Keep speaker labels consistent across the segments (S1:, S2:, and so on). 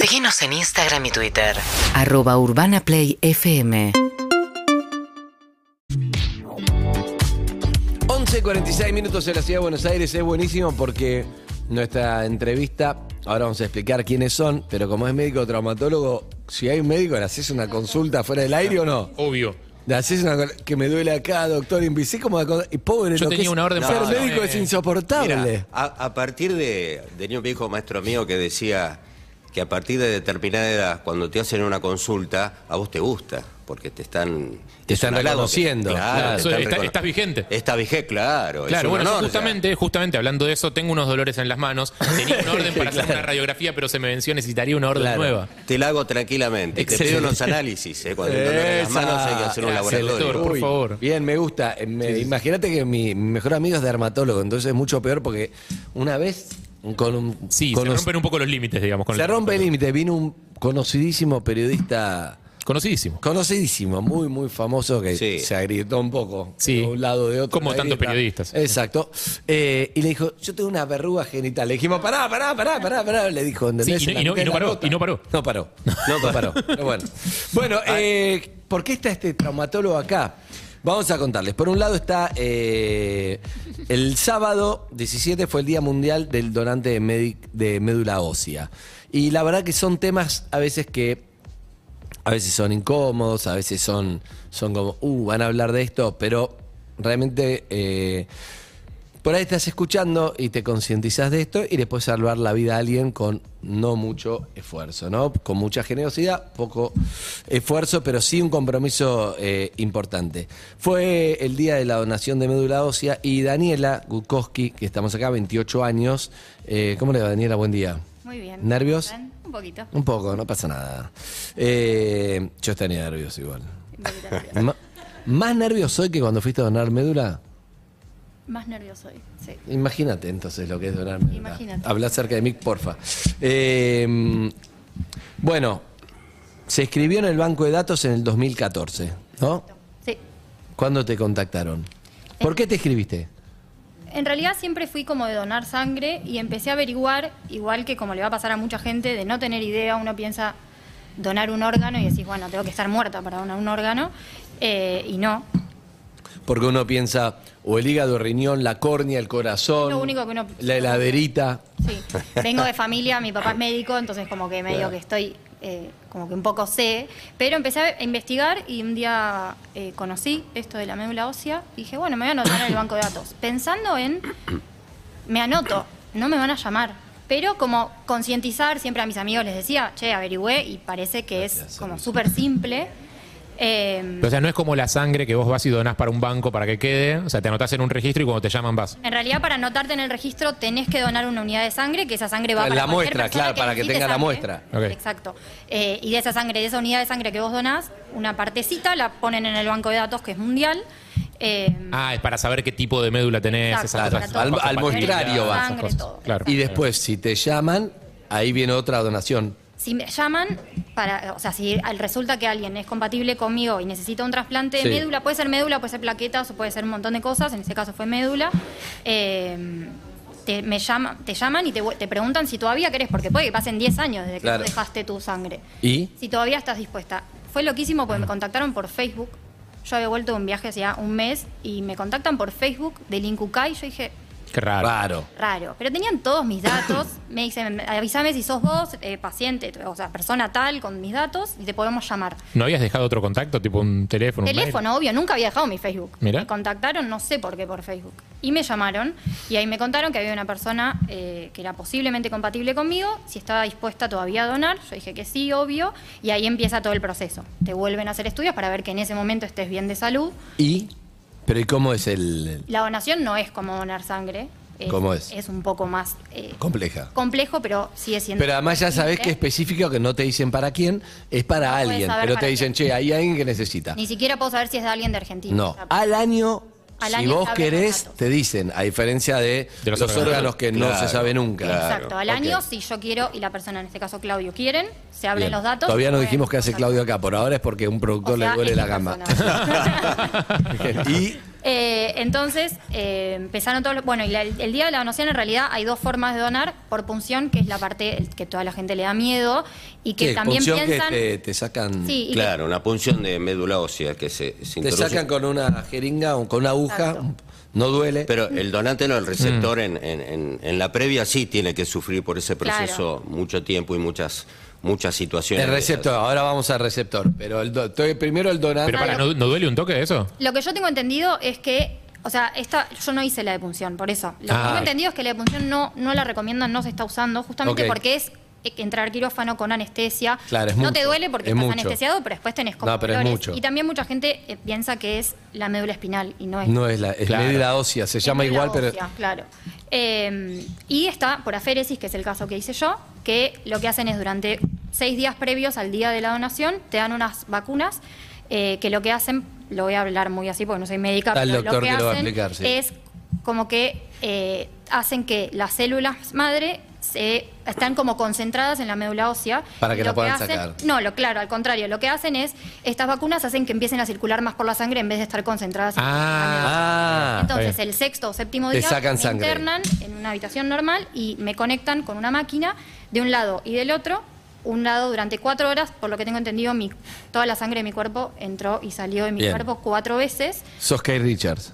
S1: Seguinos en Instagram y Twitter.
S2: Arroba Urbana Play FM.
S3: 11.46 minutos en la ciudad de Buenos Aires es buenísimo porque nuestra entrevista, ahora vamos a explicar quiénes son, pero como es médico traumatólogo, si hay un médico, ¿le haces una consulta fuera del aire o no?
S4: Obvio.
S3: Le haces una que me duele acá, doctor, invisí como la cosa- y pobre,
S4: Yo
S3: lo que
S4: tenía
S3: es-
S4: una orden
S3: ser
S4: para-
S3: médico
S4: eh,
S3: es insoportable.
S5: Mira, a, a partir de. Eh, Tenía un viejo maestro mío que decía que a partir de determinada edad, cuando te hacen una consulta, a vos te gusta, porque te están.
S3: Te
S5: es
S3: están
S5: un halago
S3: reconociendo,
S5: claro,
S3: claro.
S5: te
S4: Eso,
S5: están
S4: está-
S5: recono-
S4: estás vigente.
S5: Está vigente, claro.
S3: Pues
S5: es
S4: Claro,
S5: un
S4: bueno, yo
S5: honor, o sea,
S4: justamente, justamente hablando de eso, tengo unos dolores en las manos. Tenía una orden para hacer una radiografía, pero se me venció, necesitaría una orden
S3: Claro.
S4: nueva.
S5: Te la hago tranquilamente. Te
S4: Excelente.
S5: pido unos análisis. ¿eh? Cuando el dolor en las
S3: Esa.
S5: manos hay que hacer un
S4: Gracias,
S5: laboratorio.
S4: doctor. por
S3: Uy,
S4: favor.
S3: Bien, me gusta. Eh, me- Imagínate que mi mi mejor amigo es dermatólogo, entonces es mucho peor porque una vez con un
S4: Sí,
S3: con
S4: se
S3: un-
S4: rompen un poco los límites, digamos. Con
S3: se rompe el límite, vino un conocidísimo periodista
S4: Conocidísimo.
S3: Conocidísimo, muy, muy famoso, que
S5: Sí.
S3: se agrietó un poco
S4: Sí.
S3: de un lado de otro.
S4: Como
S3: la
S4: tantos
S3: grieta.
S4: periodistas.
S3: Exacto. Eh, y le dijo, yo tengo una verruga genital. Le dijimos, pará, pará, pará, pará, pará. Le dijo, ¿entendés?
S4: Sí, y no-
S3: En la
S4: y no-
S3: mitad
S4: y no
S3: de la
S4: paró,
S3: nota.
S4: y no paró.
S3: No paró, no paró. Pero bueno, bueno eh, ¿por qué está este traumatólogo acá? Vamos a contarles. Por un lado está eh, el sábado 17 fue el Día Mundial del Donante de, Medi- de Médula Ósea. Y la verdad que son temas a veces que a veces son incómodos, a veces son, son como, uh, van a hablar de esto, pero realmente eh, por ahí estás escuchando y te concientizas de esto y después salvar la vida a alguien con no mucho esfuerzo, ¿no? Con mucha generosidad, poco esfuerzo, pero sí un compromiso eh, importante. Fue el día de la donación de médula ósea y Daniela Gutkowski, que estamos acá, 28 años. eh, ¿Cómo le va, Daniela? Buen día.
S6: Muy bien.
S3: ¿Nervios?
S6: Un poquito.
S3: Un poco, no pasa nada. Eh, yo estaría nervioso igual.
S6: un poquito nervioso.
S3: Ma- ¿Más nervioso hoy que cuando fuiste a donar médula?
S6: Más nervioso hoy. Sí.
S3: Imagínate entonces lo que es donar médula.
S6: Imagínate.
S3: Habla cerca de mí, porfa. Eh, bueno, se escribió en el banco de datos en el 2014, ¿no?
S6: Sí.
S3: ¿Cuándo te contactaron? ¿Por qué te escribiste?
S6: En realidad siempre fui como de donar sangre y empecé a averiguar, igual que como le va a pasar a mucha gente, de no tener idea, uno piensa donar un órgano y decís, bueno, tengo que estar muerta para donar un órgano, eh, y no.
S3: Porque uno piensa o el hígado, el riñón, la córnea, el corazón,
S6: Lo único que uno-
S3: la heladerita.
S6: Sí. Vengo de familia, mi papá es médico, entonces como que medio que estoy, eh, como que un poco sé, pero empecé a investigar y un día eh, conocí esto de la médula ósea y dije, bueno, me voy a anotar en el banco de datos. Pensando en, me anoto, no me van a llamar. Pero como concientizar, siempre a mis amigos les decía, che, averigüé y parece que es como súper simple. Eh,
S4: O sea, no es como la sangre que vos vas y donás para un banco para que quede. O sea, te anotás en un registro y cuando te llaman vas.
S6: En realidad, para anotarte en el registro, tenés que donar una unidad de sangre, que esa sangre va
S3: La
S6: para cualquier
S3: muestra,
S6: persona
S3: claro, para que
S6: necesite
S3: tenga la
S6: sangre.
S3: muestra.
S4: Ok.
S6: Exacto. Eh, y de esa sangre, de esa unidad de sangre que vos donás, una partecita la ponen en el banco de datos, que es mundial. Eh,
S4: Ah, es para saber qué tipo de médula tenés.
S6: Exacto,
S4: esas
S6: para
S4: cosas.
S6: todo.
S3: Al- al muestrario
S4: Esas
S6: vas. Sangre,
S4: cosas.
S6: todo.
S4: Claro.
S3: Y después, si te llaman, ahí viene otra donación.
S6: si me llaman, para, o sea, si al- resulta que alguien es compatible conmigo y necesita un trasplante de
S3: Sí.
S6: médula, puede ser médula, puede ser plaquetas, o puede ser un montón de cosas, en ese caso fue médula. eh, te, me llama, te llaman y te, vu- te preguntan si todavía querés, porque puede que pasen 10 años desde que
S3: Claro.
S6: vos dejaste tu sangre.
S3: ¿Y?
S6: Si todavía estás dispuesta. Fue loquísimo porque me contactaron por Facebook. Yo había vuelto de un viaje hacía un mes y me contactan por Facebook del Incucay. Yo dije,
S4: Qué raro.
S3: Raro.
S6: raro. Pero tenían todos mis datos. Me dicen, avísame si sos vos, eh, paciente, o sea, persona tal, con mis datos, y te podemos llamar.
S4: ¿No habías dejado otro contacto, tipo un teléfono? un mail?
S6: Teléfono, obvio, nunca había dejado mi Facebook.
S4: Mirá.
S6: Me contactaron, no sé por qué, por Facebook. Y me llamaron y ahí me contaron que había una persona eh, que era posiblemente compatible conmigo, si estaba dispuesta todavía a donar. Yo dije que sí, obvio. Y ahí empieza todo el proceso. Te vuelven a hacer estudios para ver que en ese momento estés bien de salud.
S3: ¿Y? ¿Pero y cómo es el...?
S6: La donación no es como donar sangre.
S3: ¿Cómo es?
S6: Es un poco más eh,
S3: Compleja.
S6: complejo, pero sigue siendo.
S3: Pero además ya sabés que
S6: posible.
S3: específico, que no te dicen para quién, es para
S6: No puedes
S3: alguien.
S6: saber
S3: Pero te
S6: para
S3: dicen,
S6: quién.
S3: che, hay alguien que necesita.
S6: Ni siquiera puedo saber si es de alguien de Argentina. Ah, O
S3: No,
S6: sea,
S3: al año,
S6: Al
S3: si
S6: año
S3: vos
S6: se abren los
S3: querés,
S6: datos.
S3: te dicen, a diferencia de,
S4: De
S3: los,
S4: los
S3: órganos,
S4: órganos.
S3: que no
S5: Claro,
S3: se sabe nunca.
S5: claro.
S6: Exacto, al
S3: Ah, ok.
S6: año si yo quiero y la persona, en este caso Claudio, quieren, se abren
S3: Bien.
S6: los datos.
S3: Todavía no
S6: pueden
S3: dijimos qué hace
S6: contactar.
S3: Claudio acá, por ahora es porque a un productor
S6: O sea,
S3: le duele la
S6: X
S3: gama.
S6: persona.
S3: y
S6: Eh, entonces, eh, empezaron todos los... Bueno, y la- el día de la donación en realidad hay dos formas de donar, por punción, que es la parte el- que toda la gente le da miedo y que
S3: ¿Qué?
S6: también
S3: Punción que este,
S6: piensan...
S3: te, te sacan,
S6: sí, y que-
S5: Claro, una punción de médula ósea que se, se
S3: te
S5: introduce.
S3: sacan con una jeringa o con una aguja,
S6: Exacto.
S3: no duele.
S5: Pero el donante no, el
S4: Mm.
S5: receptor en, en- en- en la previa sí tiene que sufrir por ese proceso mucho tiempo y muchas, muchas situaciones.
S3: el receptor, ahora vamos al receptor, pero el do- estoy- primero el donante.
S4: Pero para, ¿no, no duele un toque de eso?
S6: Lo que yo tengo entendido es que, o sea, esta, yo no hice la de punción, por eso. Lo que
S3: Ah.
S6: tengo entendido es que la de punción no, no la recomiendan, no se está usando, justamente
S3: Ok.
S6: porque es eh, entrar al quirófano con anestesia.
S3: Claro, es
S6: no
S3: mucho,
S6: te duele porque
S3: es
S6: estás
S3: mucho.
S6: anestesiado, pero después tenés como
S3: No, pero es
S6: dolores.
S3: mucho.
S6: Y también mucha gente eh, piensa que es la médula espinal y no es.
S3: No es la, es
S4: Claro.
S3: médula ósea, se llama
S6: Es
S3: igual,
S6: médula
S3: pero
S6: ósea, Claro. Eh, y está por aféresis, que es el caso que hice yo, que lo que hacen es durante seis días previos al día de la donación, te dan unas vacunas eh, que lo que hacen, lo voy a hablar muy así porque no soy médica,
S3: Está el
S6: pero
S3: doctor
S6: lo que,
S3: que lo va a
S6: hacen
S3: explicar, sí.
S6: es como que eh, hacen que las células madre se, están como concentradas en la médula ósea.
S3: Para que
S6: Y
S3: la
S6: lo
S3: puedan
S6: hacen-
S3: sacar.
S6: No, lo claro, al contrario, lo que hacen es, estas vacunas hacen que empiecen a circular más por la sangre en vez de estar concentradas en la médula ósea.
S3: Ah,
S6: Entonces,
S4: está
S6: el sexto o séptimo
S3: Te
S6: día
S3: sacan
S6: me
S3: sangre.
S6: internan en una habitación normal y me conectan con una máquina de un lado y del otro. Un lado durante cuatro horas, por lo que tengo entendido, mi, toda la sangre de mi cuerpo entró y salió de mi
S3: Bien.
S6: cuerpo cuatro veces.
S3: sos Kay Richards.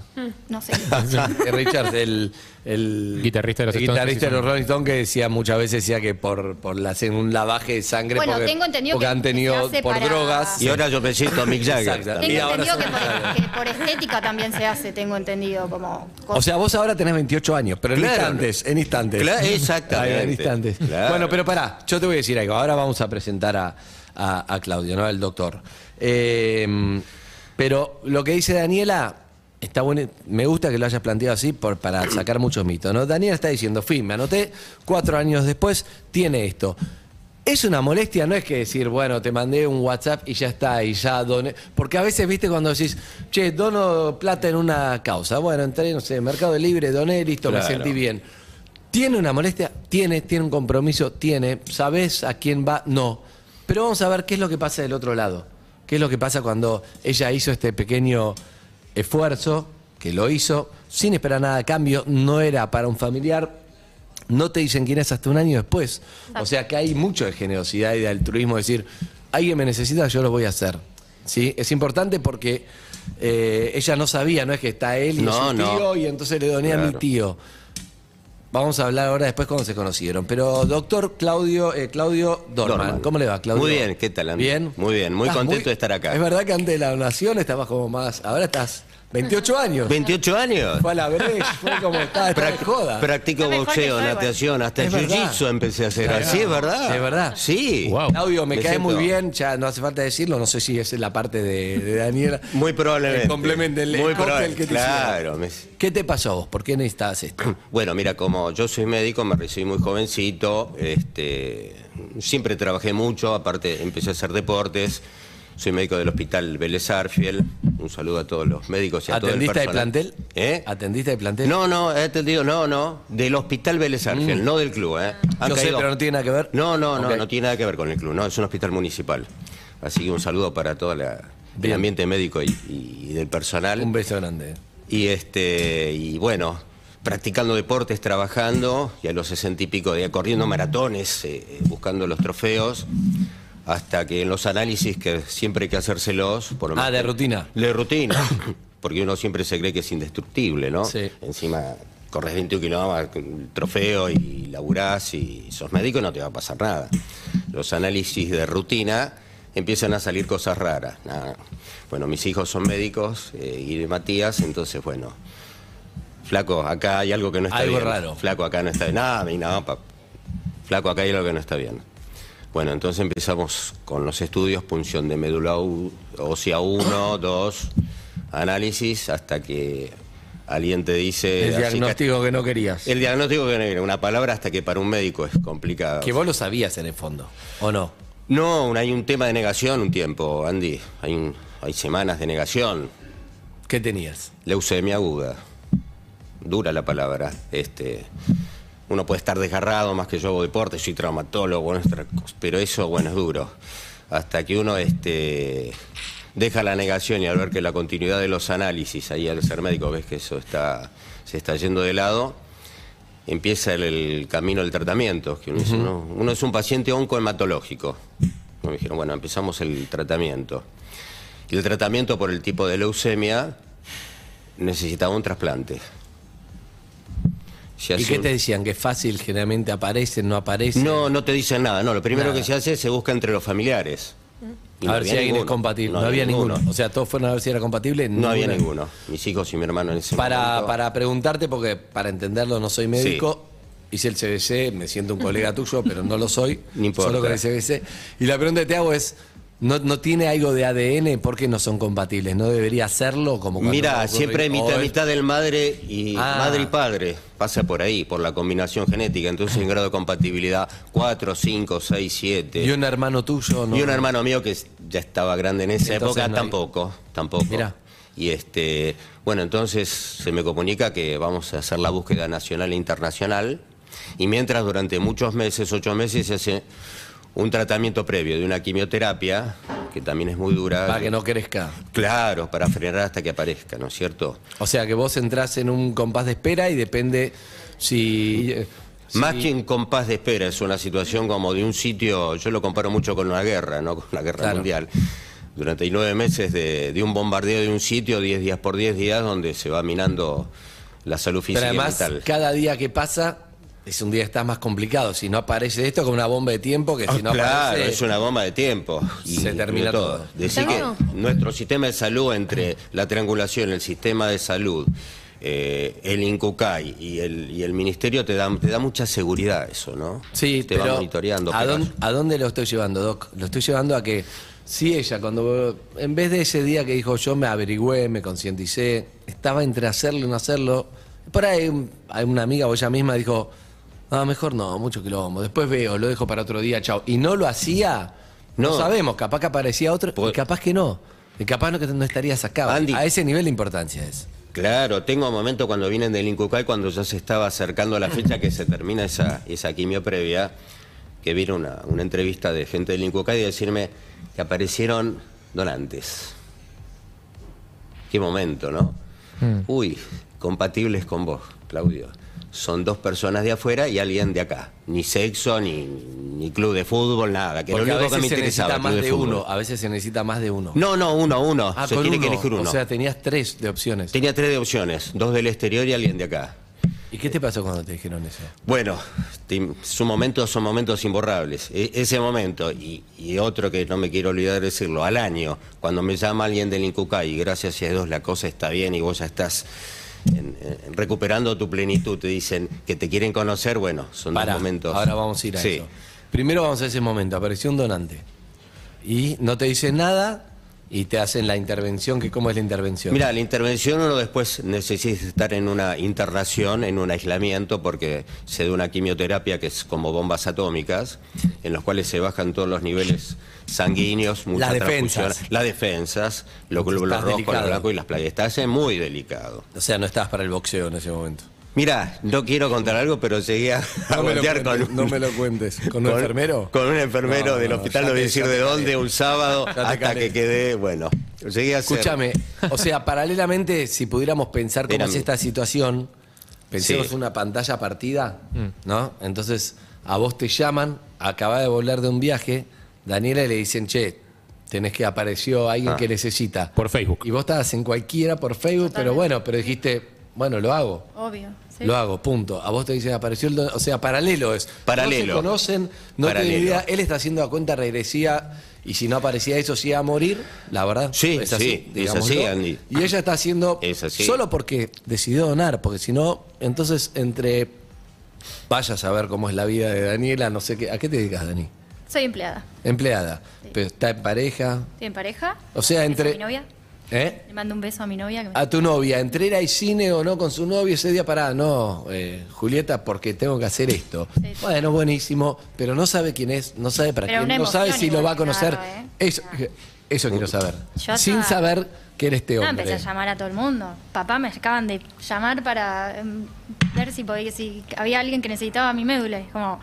S6: No sé.
S3: Kay Richards, el, el
S4: Guitarrista de los
S3: el
S4: Stones,
S3: guitarrista de
S4: sí,
S3: los
S4: sí.
S3: Rolling Stones que decía muchas veces decía que por, por la- hacer un lavaje de sangre
S6: Bueno,
S3: porque,
S6: tengo entendido
S3: porque
S6: que-
S3: han
S6: que se
S3: tenido
S6: hace
S3: por
S6: para-
S3: drogas.
S5: Y ahora yo me siento a Mick Jagger.
S3: Exacto.
S5: también.
S3: Y
S6: tengo
S3: ahora
S6: entendido que
S3: son
S6: por,
S3: caras.
S6: que por estética también se hace, tengo entendido, como
S3: O sea, vos ahora tenés 28 años, pero en
S5: Claro.
S3: instantes, en instantes.
S5: Claro, exactamente.
S3: Ahí va, en instantes.
S5: Claro.
S3: Bueno, pero pará, yo te voy a decir algo. Ahora vamos a presentar a, a- a Claudio, ¿no? Al doctor. Eh, pero lo que dice Daniela, está bueno, me gusta que lo hayas planteado así por- para sacar muchos mitos, ¿no? Daniela está diciendo, fin, me anoté, cuatro años después tiene esto. Es una molestia, no es que decir, bueno, te mandé un WhatsApp y ya está, y ya doné. Porque a veces, viste, cuando decís, che, dono plata en una causa. Bueno, entré, no sé, Mercado Libre, doné, listo, me
S5: Claro.
S3: sentí bien. ¿Tiene una molestia? Tiene, tiene un compromiso, tiene. ¿Sabes a quién va? No. Pero vamos a ver qué es lo que pasa del otro lado. ¿Qué es lo que pasa cuando ella hizo este pequeño esfuerzo, que lo hizo, sin esperar nada a cambio, no era para un familiar, no te dicen quién es hasta un año después. O sea que hay mucho de generosidad y de altruismo, es decir, alguien me necesita, yo lo voy a hacer. ¿Sí? Es importante porque eh, ella no sabía, no es que está él y es
S5: No,
S3: su
S5: no.
S3: tío y entonces le doné a mi
S5: Claro.
S3: tío. Vamos a hablar ahora después cómo se conocieron. Pero doctor Claudio eh, Claudio Dorman,
S5: Dorman.
S3: ¿cómo le va, Claudio?
S5: Muy bien, ¿qué tal, Andy?
S3: Bien.
S5: Muy bien, muy
S3: Estás
S5: contento de estar acá.
S3: Es verdad que antes de la donación estabas como más. Ahora estás 28 años.
S5: 28 años.
S3: Fue a la brecha, fue como estaba, estaba de
S5: Prac-
S3: joda.
S5: Practico
S6: Está mejor que
S5: boxeo,
S6: soy, bueno.
S5: natación, hasta
S3: Es verdad.
S5: jiu-jitsu empecé a hacer. Así es verdad.
S3: Es verdad.
S5: Sí.
S4: Guau.
S3: Claudio, me,
S5: Me
S3: cae
S5: siento-
S3: muy bien, ya no hace falta decirlo, no sé si es la parte de, de Daniela.
S5: Muy probablemente.
S3: El complemento, el, el
S5: Muy
S3: cóctel
S5: probable,
S3: que te
S5: Claro.
S3: hicieron.
S5: me-
S3: ¿Qué te pasó a vos? ¿Por qué necesitabas esto?
S5: Bueno, mira, como yo soy médico, me recibí muy jovencito, este, siempre trabajé mucho, aparte empecé a hacer deportes, soy médico del hospital Vélez Arfiel, un saludo a todos los médicos y a todo el
S3: ¿Atendiste de
S5: personal.
S3: plantel?
S5: ¿Eh?
S3: ¿Atendiste de plantel?
S5: No, no, he atendido, no, no, del hospital Vélez Arfiel, no del club, ¿eh? Han
S3: Yo sé,
S5: caído-
S3: pero no tiene nada que ver.
S5: No, no, no,
S3: Ok.
S5: no tiene nada que ver con el club, no, es un hospital municipal. Así que un saludo para todo el
S3: Bien.
S5: ambiente médico y, y- y del personal.
S3: Un beso grande.
S5: Y este, y bueno, practicando deportes, trabajando, y a los sesenta y pico de corriendo maratones, eh, eh, buscando los trofeos, hasta que en los análisis que siempre hay que hacérselos, por lo
S3: Ah,
S5: menos-
S3: de rutina.
S5: De rutina. Porque uno siempre se cree que es indestructible, ¿no?
S3: Sí.
S5: Encima corres 21 kilómetros con el trofeo y laburás y sos médico y no te va a pasar nada. Los análisis de rutina empiezan a salir cosas raras. Nada. Bueno, mis hijos son médicos, eh, y Matías, entonces bueno, flaco, acá hay algo que no está
S3: Algo
S5: bien.
S3: raro.
S5: Flaco, acá no está bien. Nada, mi nada, pa- Flaco, acá hay algo que no está bien. Bueno, entonces empezamos con los estudios, punción de médula u- ósea 1, 2, análisis, hasta que alguien te dice...
S3: el
S5: así
S3: diagnóstico que no querías.
S5: que- el diagnóstico que no era una palabra hasta que para un médico es complicado.
S3: que vos lo sabías en el fondo, ¿o no?
S5: No, un- hay un tema de negación un tiempo, Andy. Hay, un- hay semanas de negación.
S3: ¿Qué tenías?
S5: Leucemia aguda. Dura la palabra. Este, uno puede estar desgarrado, más que yo hago deporte, soy traumatólogo, bueno, es otra cosa, pero eso, bueno, es duro. Hasta que uno este, deja la negación y al ver que la continuidad de los análisis, ahí al ser médico ves que eso está, se está yendo de lado, empieza el, el camino del tratamiento. Que uno, dice, "No, uno es un paciente oncohematológico. Me dijeron, bueno, empezamos el tratamiento. Y el tratamiento por el tipo de leucemia necesitaba un trasplante. Se
S3: ¿Y
S5: hace
S3: qué
S5: un-
S3: te decían? ¿Que fácil generalmente aparecen, no aparecen?
S5: no, no te dicen nada. No, lo primero
S3: Nada.
S5: que se hace es se busca entre los familiares. Y
S3: a
S5: no
S3: ver
S5: había
S3: si alguien es
S5: ninguno.
S3: compatible. No, había ninguno. O sea, todos fueron a ver si era compatible.
S5: No había ninguno. Mis hijos y mi hermano en ese
S3: Para,
S5: momento.
S3: para preguntarte, porque para entenderlo no soy médico, hice el CBC, me siento un colega tuyo, pero no lo soy,
S5: No importa.
S3: solo con el CBC. Y la pregunta que te hago es, ¿no, no tiene algo de ADN? ¿Por qué no son compatibles? ¿No debería serlo? Como cuando
S5: Mira,
S3: ocurre-
S5: siempre hay mitad,
S3: o es-
S5: mitad del madre y
S3: Ah.
S5: madre y padre. Pasa por ahí, por la combinación genética. Entonces, en grado de compatibilidad 4, 5, 6, 7.
S3: ¿Y un hermano tuyo? No,
S5: Y un hermano mío que ya estaba grande en esa
S3: Entonces
S5: época,
S3: no hay-
S5: tampoco, tampoco.
S3: Mirá.
S5: Y este, bueno, entonces se me comunica que vamos a hacer la búsqueda nacional e internacional. Y mientras durante muchos meses, ocho meses, se hace un tratamiento previo de una quimioterapia, que también es muy dura.
S3: Para que no crezca.
S5: Claro, para frenar hasta que aparezca, ¿no es cierto?
S3: O sea, que vos entrás en un compás de espera y depende si... eh,
S5: Más que en compás de espera, es una situación como de un sitio, yo lo comparo mucho con una guerra, ¿no? Con la guerra
S3: Claro.
S5: mundial. Durante nueve meses de, de un bombardeo de un sitio, diez días por diez días, donde se va minando la salud
S3: Pero
S5: física
S3: además,
S5: y mental.
S3: cada día que pasa es un día que está más complicado. Si no aparece esto, como una bomba de tiempo, que si no
S5: Ah, claro,
S3: aparece.
S5: es una bomba de tiempo.
S3: se termina
S5: de
S3: todo.
S5: Decir que nuestro sistema de salud entre la triangulación, el sistema de salud, eh, el INCUCAI y el, y el ministerio te dan, te da mucha seguridad eso, ¿no?
S3: Sí,
S5: Este, te
S3: pero
S5: va monitoreando.
S3: ¿a,
S5: pero-
S3: dónde, a dónde lo estoy llevando, Doc? Lo estoy llevando a que si ella, cuando en vez de ese día que dijo yo me averigüé, me concienticé, estaba entre hacerlo y no hacerlo, por ahí un- hay una amiga o ella misma dijo, ah, mejor no, mucho quilombo, después veo, lo dejo para otro día, chao. Y no lo hacía, no,
S5: No.
S3: sabemos, capaz que aparecía otro y
S5: Pues-
S3: capaz que no. Y capaz no que no estarías acá.
S5: Andy.
S3: A ese nivel de importancia es.
S5: Claro, tengo momentos cuando vienen del Incucal, cuando ya se estaba acercando la fecha que se termina esa, esa quimio previa, que vino una, una entrevista de gente del Incucal y decirme que aparecieron donantes. Qué momento, ¿no?
S3: Mm.
S5: Uy, compatibles con vos, Claudio. Son dos personas de afuera y alguien de acá. Ni sexo, ni, ni club de fútbol, nada. Que
S3: Porque
S5: lo
S3: a
S5: único
S3: veces
S5: que me
S3: se
S5: interesaba
S3: necesita
S5: el
S3: más
S5: club
S3: de,
S5: fútbol.
S3: uno, a veces se necesita más de uno.
S5: No, no, uno, uno.
S3: Ah,
S5: se
S3: con
S5: tiene
S3: uno.
S5: que elegir uno.
S3: O sea, tenías tres de opciones.
S5: Tenía tres de opciones, dos del exterior y alguien de acá.
S3: ¿Y qué te pasó cuando te dijeron eso?
S5: Bueno, te- son momentos, son momentos imborrables. E- ese momento, y, y otro que no me quiero olvidar decirlo, al año, cuando me llama alguien del Incucay y gracias a Dios la cosa está bien y vos ya estás en- en- recuperando tu plenitud, te dicen que te quieren conocer, bueno, son dos
S3: Pará,
S5: momentos.
S3: Ahora vamos a ir a
S5: Sí.
S3: eso. Primero vamos a ese momento, apareció un donante. Y no te dicen nada y te hacen la intervención, que cómo es la intervención.
S5: Mira, la intervención uno después necesita estar en una internación, en un aislamiento, porque se da una quimioterapia que es como bombas atómicas, en los cuales se bajan todos los niveles sanguíneos, muchas
S3: Las defensas.
S5: Las defensas, los glóbulos
S3: Estás
S5: rojos,
S3: delicado.
S5: los blancos y las playas. Estás eh, muy delicado.
S3: o sea, no estabas para el boxeo en ese momento.
S5: Mira, no quiero contar algo, pero llegué a, a voltear con un-
S3: cuentes. ¿Con
S5: Con un enfermero
S3: No,
S5: del
S3: no,
S5: hospital,
S3: ya
S5: no voy a
S3: te-
S5: decir
S3: ya
S5: de
S3: te
S5: dónde,
S3: calé.
S5: un sábado,
S3: Ya te
S5: hasta
S3: calé.
S5: que quedé, bueno, llegué a hacer-
S3: Escúchame, o sea, paralelamente, si pudiéramos pensar cómo
S5: Era
S3: es
S5: mi-
S3: esta situación, pensemos
S5: Sí. Mm.
S3: una pantalla partida, ¿no? Entonces, a vos te llaman, acaba de volver de un viaje, Daniela y le dicen, che, tenés que apareció alguien
S5: Ah.
S3: que necesita.
S4: Por Facebook.
S3: Y vos estabas en cualquiera por Facebook, pero
S6: Totalmente.
S3: bueno, pero dijiste, bueno, lo hago.
S6: Obvio. sí.
S3: Lo hago, punto. A vos te dicen, apareció el don- O sea, paralelo es.
S5: Paralelo.
S3: No se conocen, no
S5: Paralelo.
S3: te idea. Él está haciendo la cuenta regresiva y si no aparecía eso, sí iba a morir. La verdad.
S5: Sí,
S3: es
S5: sí,
S3: así,
S5: es
S3: digámoslo.
S5: así, Andy.
S3: Y ella está haciendo.
S5: Es así.
S3: Solo porque decidió donar, porque si no, entonces entre. Vaya a saber cómo es la vida de Daniela, no sé qué. ¿A qué te dedicas, Dani?
S6: Soy empleada.
S3: Empleada. Pero está en pareja.
S6: Estoy en pareja.
S3: O sea,
S6: Soy
S3: entre. Ah,
S6: Mi novia.
S3: ¿Eh?
S6: Le mando un beso a mi novia. que me-
S3: a tu novia, entre ir al cine o no con su novio ese día, pará, no, eh, Julieta, porque tengo que hacer esto.
S6: Sí.
S3: Bueno, buenísimo, pero no sabe quién es, no sabe para
S6: Pero una
S3: quién, no
S6: emoción
S3: sabe si lo
S6: igual,
S3: va a conocer.
S6: claro, ¿eh?
S3: Eso, eso quiero saber.
S6: Yo
S3: Sin
S6: estaba-
S3: saber que eres este
S6: Ah,
S3: hombre.
S6: empecé a llamar a todo el mundo. Papá me acaban de llamar para em, ver si, podía, si había alguien que necesitaba mi médula. Es como,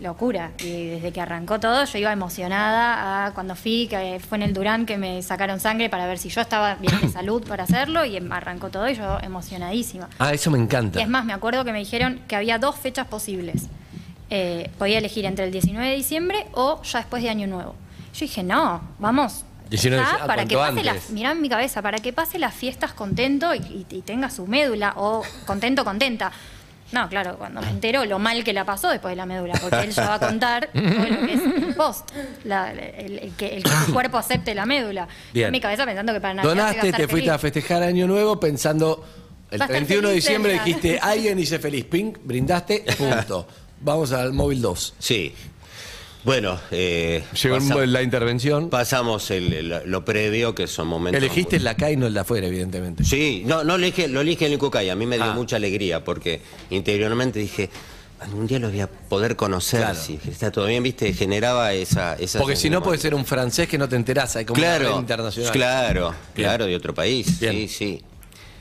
S6: locura. Y desde que arrancó todo, yo iba emocionada a cuando fui, que fue en el Durán que me sacaron sangre para ver si yo estaba bien de salud para hacerlo, y em- arrancó todo y yo emocionadísima.
S3: Ah, eso me encanta.
S6: Y es más, me acuerdo que me dijeron que había dos fechas posibles. Eh, podía elegir entre el 19 de diciembre o ya después de Año Nuevo. Yo dije, no, vamos.
S3: 19
S6: ya,
S3: de diciembre, ah,
S6: para que
S3: cuanto
S6: pase las,
S3: antes.
S6: mirá en mi cabeza, para que pase las fiestas contento y, y- y tenga su médula o contento, contenta. No, claro, cuando me entero lo mal que la pasó después de la médula, porque él ya va a contar todo lo que es el post, la- el, el que, el que el cuerpo acepte la médula.
S3: Bien.
S6: En mi cabeza pensando que para Navidad iba a
S3: Donaste,
S6: estar
S3: te fuiste
S6: feliz.
S3: a festejar Año Nuevo pensando, el
S6: Va a estar
S3: 31 de
S6: feliz,
S3: diciembre
S6: César.
S3: dijiste, alguien dice feliz, ping, brindaste, punto. Vamos al móvil 2.
S5: Sí. Bueno, eh,
S3: Llegó
S5: pasa-
S3: la intervención.
S5: pasamos el- el- lo previo, que son momentos.
S3: Elegiste el de acá y no el de afuera, evidentemente.
S5: Sí, no, no elige, lo elige en el Cucay. A mí me dio
S3: Ah.
S5: mucha alegría porque interiormente dije, algún día los voy a poder conocer.
S3: Claro.
S5: Si está todo bien, viste, generaba esa. esa
S3: Porque si no
S5: puede
S3: puede ser un francés que no te enterás, hay como una red
S5: claro,
S3: internacional.
S5: Claro, claro, de otro país.
S3: Bien.
S5: Sí, sí.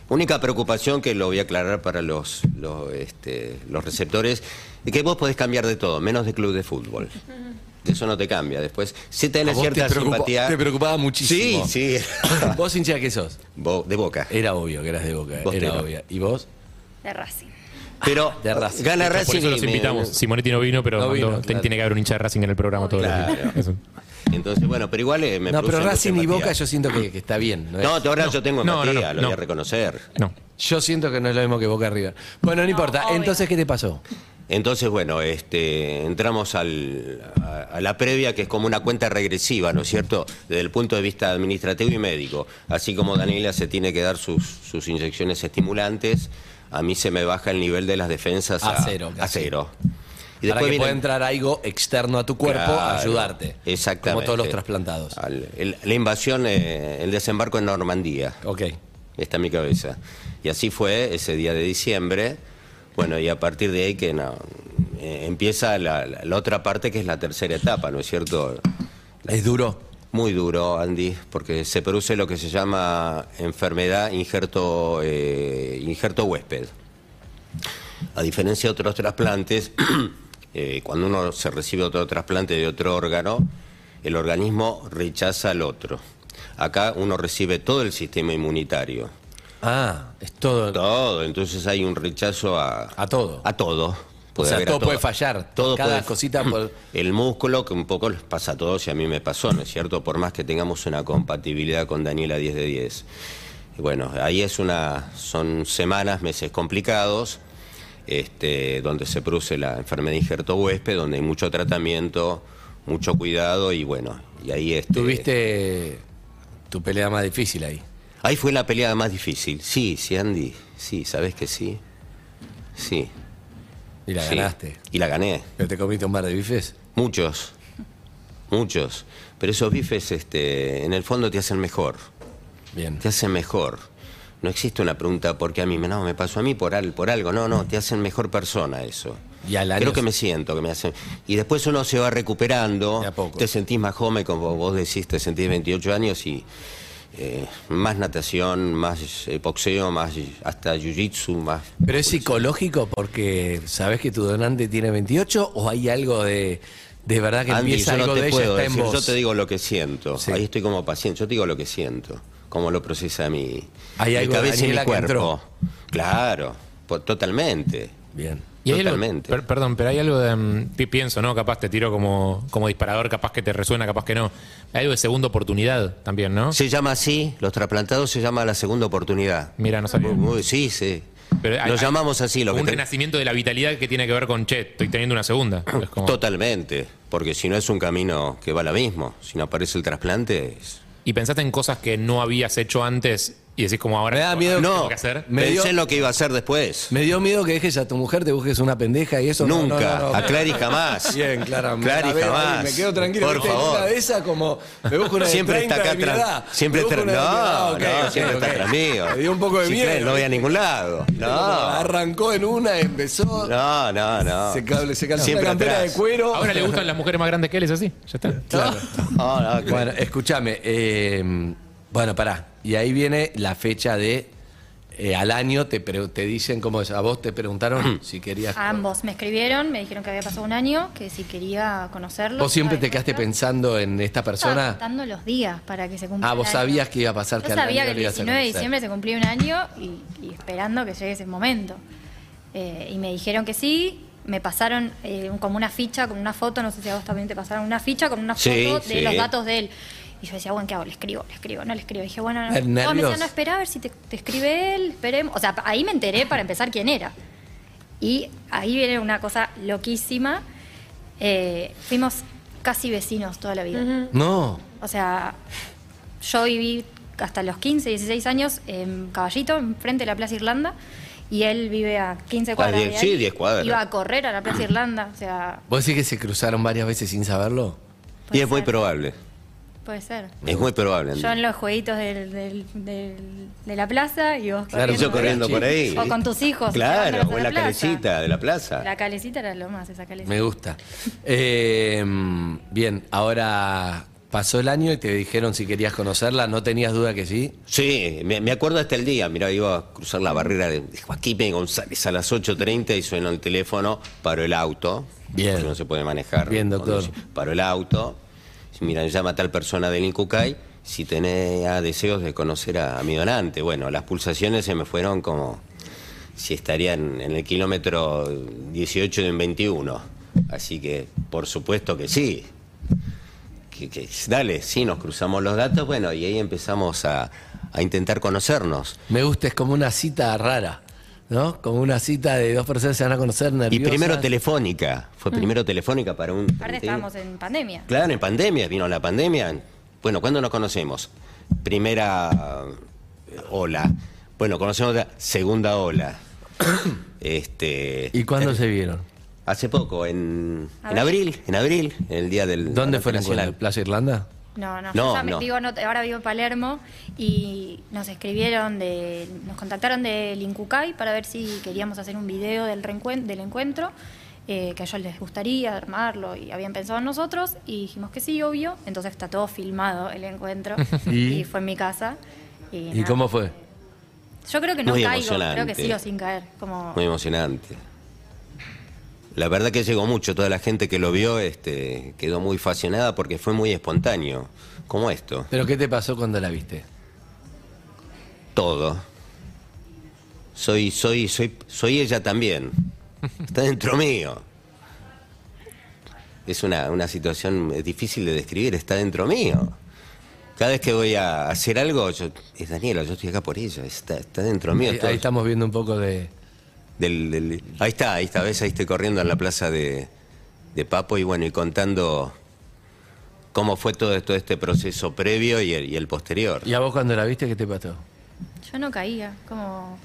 S5: Única preocupación que lo voy a aclarar para los, los, este, los receptores, es que vos podés cambiar de todo, menos de club de fútbol. De eso no te cambia. Después, si
S3: A
S5: tenés
S3: vos
S5: cierta
S3: te preocupa-
S5: simpatía.
S3: te preocupaba muchísimo.
S5: Sí, sí.
S3: ¿Vos hincha de qué sos?
S5: Bo- de boca.
S3: Era obvio que eras de Boca,
S5: Vos
S3: era
S5: te-
S3: obvio. ¿Y vos?
S6: De Racing.
S5: Pero
S3: De Racing.
S5: gana
S4: Por
S5: Racing.
S4: eso
S5: y
S4: los
S5: me-
S4: invitamos. Simonetti no vino, pero
S3: No
S4: mandó-
S3: vino,
S4: ten-
S3: claro.
S4: tiene que haber un hincha de Racing en el programa todos los días.
S5: Claro.
S4: Eso.
S5: Entonces, bueno, pero igual eh, me
S3: no, pero
S5: produce mucha
S3: Racing y
S5: empatía.
S3: Boca yo siento que, que está bien. ¿no es?
S5: No, ahora yo tengo
S4: No, no,
S5: empatía,
S4: no,
S5: lo voy a
S4: no.
S5: reconocer.
S4: No.
S3: Yo siento que no es lo mismo que Boca River. Bueno, no, importa.
S6: obvio.
S3: Entonces, ¿qué te pasó?
S5: Entonces, bueno, este, entramos al- a, a la previa, que es como una cuenta regresiva, ¿no es cierto?, desde el punto de vista administrativo y médico. Así como Daniela se tiene que dar sus, sus inyecciones estimulantes, a mí se me baja el nivel de las defensas
S3: A cero,
S5: A
S3: casi.
S5: cero.
S3: Para que
S5: viene-
S3: pueda entrar algo externo a tu cuerpo a
S5: Claro,
S3: ayudarte.
S5: Exactamente. Ah,
S3: Como todos los trasplantados.
S5: Al- el- la invasión, eh, el desembarco en Normandía.
S3: Ok.
S5: Está en mi cabeza. Y así fue ese día de diciembre. Bueno, y a partir de ahí que no, eh, empieza la, la- la otra parte que es la tercera etapa, ¿no es cierto?
S3: Es duro.
S5: Muy duro, Andy, porque se produce lo que se llama enfermedad injerto, eh, injerto huésped. A diferencia de otros trasplantes, eh, cuando uno se recibe otro trasplante de otro órgano, el organismo rechaza al otro. Acá uno recibe todo el sistema inmunitario.
S3: Ah, es todo.
S5: Todo, entonces hay un rechazo a,
S3: A todo.
S5: A todo.
S3: o sea,
S5: haber a
S3: todo, puede fallar.
S5: Todo
S3: Cada
S5: puede-
S3: cosita por-
S5: El músculo, que un poco les pasa a todos y a mí me pasó, ¿no es cierto? Por más que tengamos una compatibilidad con Daniela 10 de 10. Y Bueno, ahí es una, son semanas, meses complicados, este, donde se produce la enfermedad de injerto huésped, donde hay mucho tratamiento, mucho cuidado y bueno, y ahí este,
S3: Tuviste tu pelea más difícil ahí.
S5: Ahí fue la pelea más difícil. Sí, sí, Andy. Sí, ¿sabes que sí? Sí.
S3: Y la
S5: sí.
S3: ganaste.
S5: Y la gané.
S3: ¿Pero te comiste un par de bifes?
S5: Muchos. Muchos. Pero esos bifes, este, en el fondo te hacen mejor.
S3: Bien.
S5: Te hacen mejor. No existe una pregunta porque a mí me no me pasó a mí por al, por algo. No, no, te hacen mejor persona eso.
S3: Y al año
S5: Creo que
S3: se-
S5: me siento que me hacen. Y después uno se va recuperando.
S3: De a poco.
S5: Te sentís más joven, como vos decís, te sentís 28 años y eh, más natación, más eh, boxeo, más hasta jiu-jitsu, más.
S3: ¿Pero es psicológico porque sabes que tu donante tiene 28 o hay algo de, de verdad que
S5: Andy,
S3: empieza
S5: yo
S3: algo
S5: no te
S3: de ella
S5: puedo
S3: está en
S5: decir,
S3: vos?
S5: yo te digo lo que siento.
S3: Sí.
S5: Ahí estoy como paciente, yo te digo lo que siento, cómo lo procesa mi,
S3: Hay
S5: mi
S3: algo de
S5: cabeza y mi
S3: Daniela que entró.
S5: cuerpo. Claro, po- totalmente.
S3: Bien.
S4: Y hay algo-
S5: Totalmente.
S4: per- perdón, pero hay algo de. mm, pi- pienso, ¿no? Capaz te tiro como, como disparador, capaz que te resuena, capaz que no. Hay algo de segunda oportunidad también, ¿no?
S5: Se llama así, los trasplantados se llama la segunda oportunidad.
S4: Mira, no sabía.
S5: Muy- muy- sí, sí.
S4: Pero hay-
S5: Lo
S4: hay
S5: llamamos así, lo que
S4: Un
S5: te-
S4: renacimiento de la vitalidad que tiene que ver con, che, estoy teniendo una segunda. Es como-
S5: Totalmente, porque si no es un camino que va a la mismo. Si no aparece el trasplante, es-
S4: y pensaste en cosas que no habías hecho antes y decís como ahora.
S3: Me da miedo-
S4: tengo
S5: no.
S4: que hacer.
S3: Me
S5: Pensé
S3: dio-
S5: en lo que iba a hacer después.
S3: Me dio miedo que dejes a tu mujer, te busques una pendeja y eso. no, no,
S5: Nunca,
S3: no, no.
S5: a Clary jamás.
S3: Bien, Clara.
S5: Clary
S3: la veo ahí,
S5: jamás.
S3: Me quedo tranquilo.
S5: Por
S3: ¿viste?
S5: favor.
S3: Una de esas como me busco una de
S5: Siempre
S3: 30
S5: está acá
S3: de mi
S5: atrás.
S3: edad,
S5: Siempre
S3: me
S5: está.
S3: busco
S5: No,
S3: una de mi edad,
S5: no,
S3: ok, ok,
S5: siempre está
S3: ok.
S5: atrás mío.
S3: Me dio un poco de
S5: Si
S3: miedo.
S5: crees, no voy a ningún lado. No.
S3: Arrancó en una, empezó.
S5: No, no, no.
S3: Se, cable, se calzó
S5: Siempre
S3: una campera
S5: atrás.
S3: de cuero.
S4: Ahora le gustan las mujeres más grandes que él, es así. Ya está.
S5: No, no, claro.
S3: em, Bueno, escúchame. eh, bueno, pará. Y ahí viene la fecha de. eh, al año te, pre- te dicen, como es, a vos te preguntaron si querías...
S6: A Ah, ambos me escribieron, me dijeron que había pasado un año, que si quería conocerlo.
S3: ¿Vos siempre
S6: iba a
S3: te quedaste
S6: encontrar.
S3: pensando en esta
S6: Estaba
S3: persona?
S6: contando los días para que se cumpliera.
S3: Ah, vos
S6: el año.
S3: sabías que iba a pasar que
S6: Yo
S3: al
S6: sabía
S3: año
S6: que
S3: lo
S6: el
S3: ibas a
S6: 19 de
S3: conocer.
S6: diciembre se cumplía un año y, y esperando que llegue ese momento. Eh, y me dijeron que sí, me pasaron eh, un- como una ficha con una foto, no sé si a vos también te pasaron una ficha con una
S5: Sí,
S6: foto de
S5: sí.
S6: los datos de él. Y yo decía, bueno, ¿qué hago? Le escribo, le escribo, no le escribo. Y dije, bueno, no.
S3: Eh,
S6: Todos me decían,
S3: nervios.
S6: no, espera a ver si te, te escribe él, esperemos. O sea, ahí me enteré para empezar quién era. Y ahí viene una cosa loquísima. Eh, fuimos casi vecinos toda la vida.
S3: No.
S6: O sea, yo viví hasta los 15, 16 años en Caballito, enfrente de la Plaza Irlanda, y él vive a 15 cuadras.
S5: Ah, diez-
S6: de ahí.
S5: sí, 10 cuadras.
S6: Iba a correr a la Plaza Irlanda, o sea,
S3: ¿Vos decís que se cruzaron varias veces sin saberlo?
S5: Y
S6: puede
S5: es muy
S6: ser,
S5: probable.
S6: Puede ser.
S5: Es muy probable.
S6: Yo en los jueguitos del- del- del- de la plaza y vos
S3: Claro,
S5: Yo corriendo por ahí.
S6: O con tus hijos.
S5: Claro,
S6: llevándolos
S5: o
S6: a
S5: en la
S6: plaza.
S5: calecita de la plaza.
S6: La calecita era lo más, esa calecita.
S3: Me gusta. Eh, bien, ahora pasó el año y te dijeron si querías conocerla, ¿no tenías duda que sí?
S5: Sí, me, me acuerdo hasta el día. Mira, iba a cruzar la barrera de Joaquín P. González a las 8.30 y suena el teléfono, paró el auto.
S3: Bien.
S5: porque No se puede manejar.
S3: Bien, doctor.
S5: Paró el auto. Mira, llama a tal persona del Incucay si tenía deseos de conocer a, a mi donante. Bueno, las pulsaciones se me fueron como si estarían en el kilómetro 18 y en 21. Así que, por supuesto que sí. Que, que- dale, sí, nos cruzamos los datos, bueno, y ahí empezamos a, a intentar conocernos.
S3: Me gusta, es como una cita rara, ¿no? Como una cita de dos personas que se van a conocer
S5: Y
S3: nerviosas.
S5: primero telefónica, fue primero telefónica para un...
S6: Mm. Aparte estábamos en pandemia.
S5: Claro, en pandemia, vino la pandemia. Bueno, ¿cuándo nos conocemos? Primera eh, ola. Bueno, conocemos la segunda ola. este
S3: ¿Y cuándo se vieron?
S5: Hace poco, en, en
S6: Abril.
S5: abril, en abril, en el día del...
S3: ¿Dónde fue el encuentro?
S5: nacional?
S3: ¿En Plaza Irlanda?
S6: No, no,
S5: No,
S6: yo ya me-
S5: no.
S6: vivo en ot- ahora vivo en Palermo y nos escribieron, de, nos contactaron del Incucay para ver si queríamos hacer un video del, reencuen- del encuentro, eh, que a ellos les gustaría armarlo y habían pensado en nosotros y dijimos que sí, obvio. Entonces está todo filmado el encuentro
S3: ¿Y?
S6: y fue en mi casa. ¿Y,
S3: ¿Y
S6: nada.
S3: cómo fue?
S6: Yo creo que no
S5: Muy
S6: caigo, creo que
S5: emocionante.
S6: sigo sin caer. Como...
S5: Muy emocionante. La verdad que llegó mucho, toda la gente que lo vio este, quedó muy fascinada porque fue muy espontáneo, como esto,
S3: ¿Pero qué te pasó cuando la viste?
S5: todo. Soy, soy, soy, soy ella también. Está dentro mío. Es una, una situación eh, difícil de describir, está dentro mío. Cada vez que voy a hacer algo, yo- es Daniela, yo estoy acá por ella, está, está dentro mío.
S3: Ahí,
S5: todo-
S3: ahí estamos viendo un poco de...
S5: del- del- ahí está, ahí está, ves, ahí estoy corriendo en la plaza de, de Papo y bueno, y contando cómo fue todo, todo este proceso previo y el, y el posterior.
S3: ¿Y a vos cuando la viste qué te pasó?
S6: Yo no caía, como...